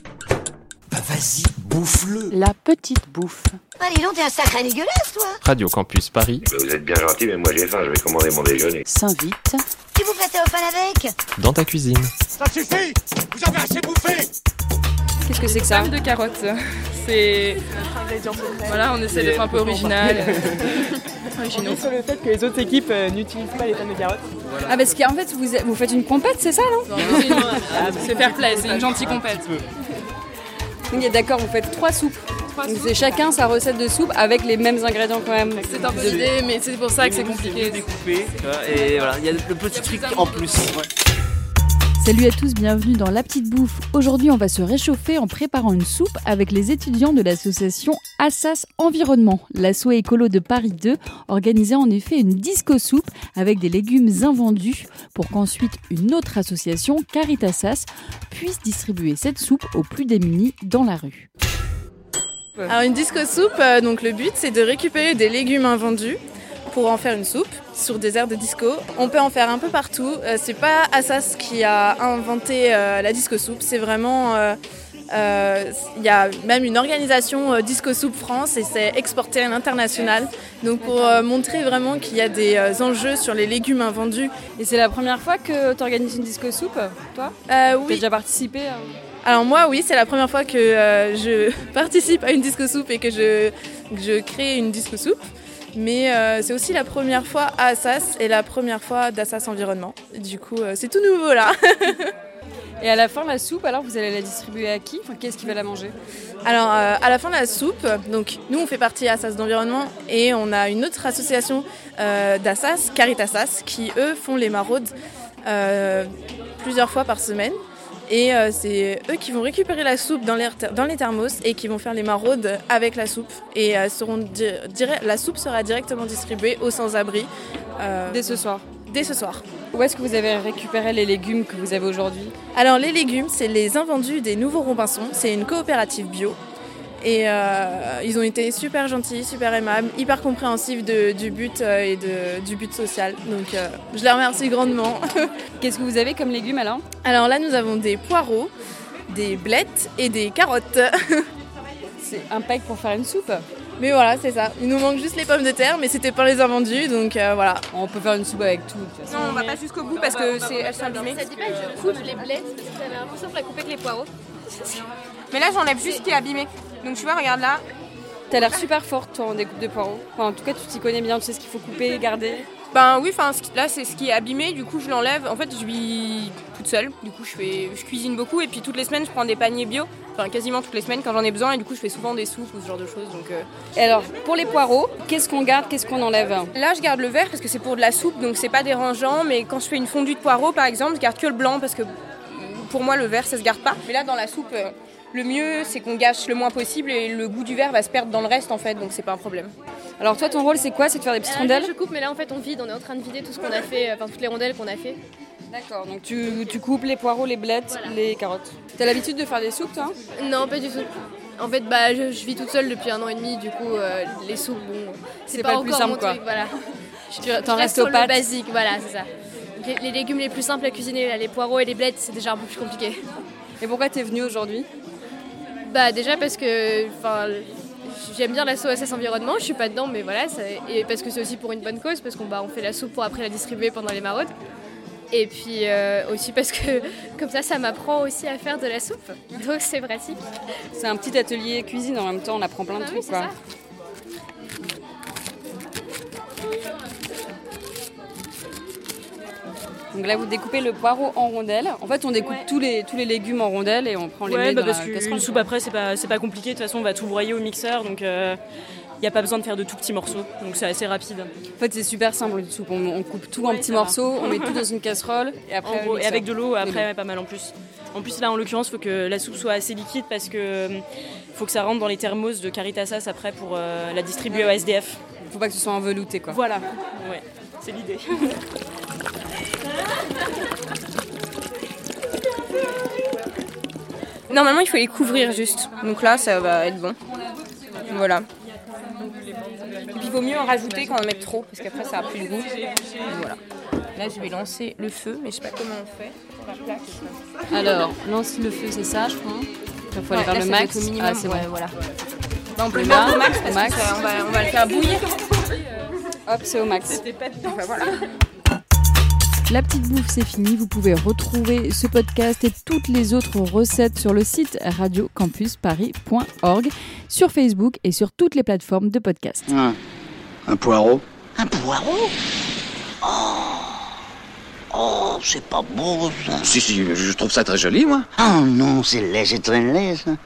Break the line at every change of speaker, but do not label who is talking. Bah, Vas-y, bouffe-le.
La petite bouffe.
Allez, donc t'es un sacré dégueulasse, toi
Radio Campus Paris,
Ben, Vous êtes bien gentil, mais moi j'ai faim, je vais commander mon déjeuner.
S'invite.
Tu vous prêtais au fan avec
dans ta cuisine.
Ça suffit Vous avez assez bouffé
Qu'est-ce que c'est que ça
de carottes. C'est. Voilà, on essaie d'être un peu original. Originaux.
sur le fait que les autres équipes euh, n'utilisent pas les tonnes de carottes.
Ah parce qu'en fait vous, vous faites une compète, c'est ça non
C'est fair play, c'est une gentille compète.
Oui d'accord, vous faites trois soupes. Donc c'est chacun sa recette de soupe avec les mêmes ingrédients quand même.
C'est un peu l'idée, mais c'est pour ça que c'est compliqué.
découpé, tu vois, et voilà, il y a le petit truc en plus.
Salut à tous, bienvenue dans La Petite Bouffe. Aujourd'hui, on va se réchauffer en préparant une soupe avec les étudiants de l'association Assas Environnement. L'assaut écolo de Paris 2 organisait en effet une disco soupe avec des légumes invendus pour qu'ensuite une autre association, Caritasas, puisse distribuer cette soupe aux plus démunis dans la rue.
Alors une disco soupe, euh, donc le but c'est de récupérer des légumes invendus pour en faire une soupe sur des aires de disco. On peut en faire un peu partout. Euh, c'est pas Assas qui a inventé euh, la disco soupe, c'est vraiment euh, euh, il y a même une organisation euh, Disco Soupe France et c'est exporté à l'international. Donc pour euh, montrer vraiment qu'il y a des euh, enjeux sur les légumes invendus.
Et c'est la première fois que tu organises une disco soupe, toi
Euh,
T'as
oui,
déjà participé euh, à-
Alors moi, oui, c'est la première fois que euh, je participe à une disco soupe et que je, que je crée une disco soupe. Mais euh, c'est aussi la première fois à Assas et la première fois d'Assas Environnement. Du coup, euh, c'est tout nouveau là.
Et à la fin la soupe alors vous allez la distribuer à qui Enfin qu'est-ce qui va la manger
Alors, euh, à la fin de la soupe, donc nous, on fait partie Assas d'Environnement et on a une autre association euh, d'Assas, Caritasas, qui eux font les maraudes euh, plusieurs fois par semaine. Et euh, c'est eux qui vont récupérer la soupe dans les, dans les thermos et qui vont faire les maraudes avec la soupe. Et euh, seront di- dire- la soupe sera directement distribuée aux sans-abri euh,
Dès ce soir.
dès ce soir.
Où est-ce que vous avez récupéré les légumes que vous avez aujourd'hui
Alors les légumes, c'est les invendus des nouveaux Robinson. C'est une coopérative bio. Et euh, ils ont été super gentils, super aimables, hyper compréhensifs de- du but euh, et de- du but social. Donc euh, je les remercie grandement.
Qu'est-ce que vous avez comme légumes alors
Alors là, nous avons des poireaux, des blettes et des carottes.
C'est un pack pour faire une soupe.
Mais voilà, c'est ça. Il nous manque juste les pommes de terre, mais c'était pas les invendus, donc euh, voilà.
On peut faire une soupe avec tout de toute façon.
on va pas jusqu'au bout parce que c'est elles sont abîmées. Mais là j'enlève juste ce qui est abîmé. Donc tu vois, regarde là.
T'as l'air super forte toi en découpe de poireaux. Enfin, en tout cas, tu t'y connais bien, tu sais ce qu'il faut couper, garder.
Ben oui, enfin ce qui- là c'est ce qui est abîmé, du coup je l'enlève. En fait, je vis toute seule. Du coup, je fais je cuisine beaucoup et puis toutes les semaines, je prends des paniers bio, enfin quasiment toutes les semaines quand j'en ai besoin et du coup, je fais souvent des soupes ou ce genre de choses. Donc euh,
Et alors, pour les poireaux, qu'est-ce qu'on garde, qu'est-ce qu'on enlève
Là, je garde le vert parce que c'est pour de la soupe, donc c'est pas dérangeant. Mais quand je fais une fondue de poireaux, par exemple, je garde que le blanc parce que euh, pour moi, le vert, ça se garde pas. Mais là, dans la soupe, euh, le mieux, c'est qu'on gâche le moins possible et le goût du vert va se perdre dans le reste, en fait, donc c'est pas un problème.
Alors, toi, ton rôle, c'est quoi C'est de faire des petites rondelles
Je coupe, mais là en fait on vide, on est en train de vider tout ce qu'on a fait, euh, enfin toutes les rondelles qu'on a fait.
D'accord, donc tu, tu coupes les poireaux, les blettes, les carottes. T'as l'habitude de faire des soupes, toi
Non, pas du tout. En fait, bah, je, je vis toute seule depuis un an et demi, du coup euh, les soupes, bon,
C'est pas le plus
encore
simple,
mon
quoi.
truc, voilà. Je-
Tu- t'en
je
restes
reste
aux
sur le
pâtes.
basique, voilà, c'est ça. Donc, Les, les légumes les plus simples à cuisiner, là, les poireaux et les blettes, c'est déjà un peu plus compliqué.
Et pourquoi t'es venue aujourd'hui
Bah déjà parce que, enfin, j'aime bien l'assaut SS Environnement, je suis pas dedans, mais voilà, ça- et parce que c'est aussi pour une bonne cause, parce qu'on bah, on fait la soupe pour après la distribuer pendant les maraudes. Et puis euh, aussi parce que comme ça, ça m'apprend aussi à faire de la soupe, donc c'est pratique.
C'est un petit atelier cuisine en même temps, on apprend plein de
Ah
Bah oui,
trucs,
c'est
quoi.
ça.
Donc là, vous découpez le poireau en rondelles. En fait, on découpe tous, les, tous les légumes en rondelles et on prend les
Ouais,
met
bah
dans
parce
la
que
casserole,
une soupe
quoi.
après, c'est pas, c'est pas compliqué. De toute façon, on va tout broyer au mixeur, donc il n'y a pas besoin de faire de tout petits morceaux. Donc c'est assez rapide.
En fait, c'est super simple une soupe. On, on coupe tout en
Ouais,
petits
ça va.
morceaux, on met tout dans une casserole et après.
En
au
gros, et
Ah, mixeur.
avec de l'eau, après,
l'eau.
ouais, pas mal en plus. En plus, là, en l'occurrence, faut que la soupe soit assez liquide parce que euh, faut que ça rentre dans les thermos de Caritasas après pour euh, la
Ah
distribuer au SDF.
Faut pas que ce soit envelouté quoi.
Voilà, ouais, c'est l'idée.
Normalement, il faut les couvrir juste. Donc là, ça va être bon. Voilà. Et puis, il vaut mieux en rajouter qu'en mettre trop, parce qu'après, ça a plus le goût. Voilà. Là, je vais lancer le feu, mais je sais pas comment on fait.
Alors, lance le feu, c'est ça, je crois. Après, faut aller
Ouais,
vers
là,
le
ça
max.
doit être au minimum,
ah, c'est
ouais,
bon.
voilà. Bah, on peut
Le
le mettre au
max,
max, parce
max.
que ça, on, va, on va le faire bouillir.
Hop, c'est au max.
Enfin, voilà.
La petite bouffe, c'est fini. Vous pouvez retrouver ce podcast et toutes les autres recettes sur le site radiocampusparis.org, sur Facebook et sur toutes les plateformes de podcast.
Un, un poireau
Un poireau
Oh, c'est pas beau ça.
Si, si, je trouve ça très joli, moi.
Ah non, c'est laid, c'est très laid ça.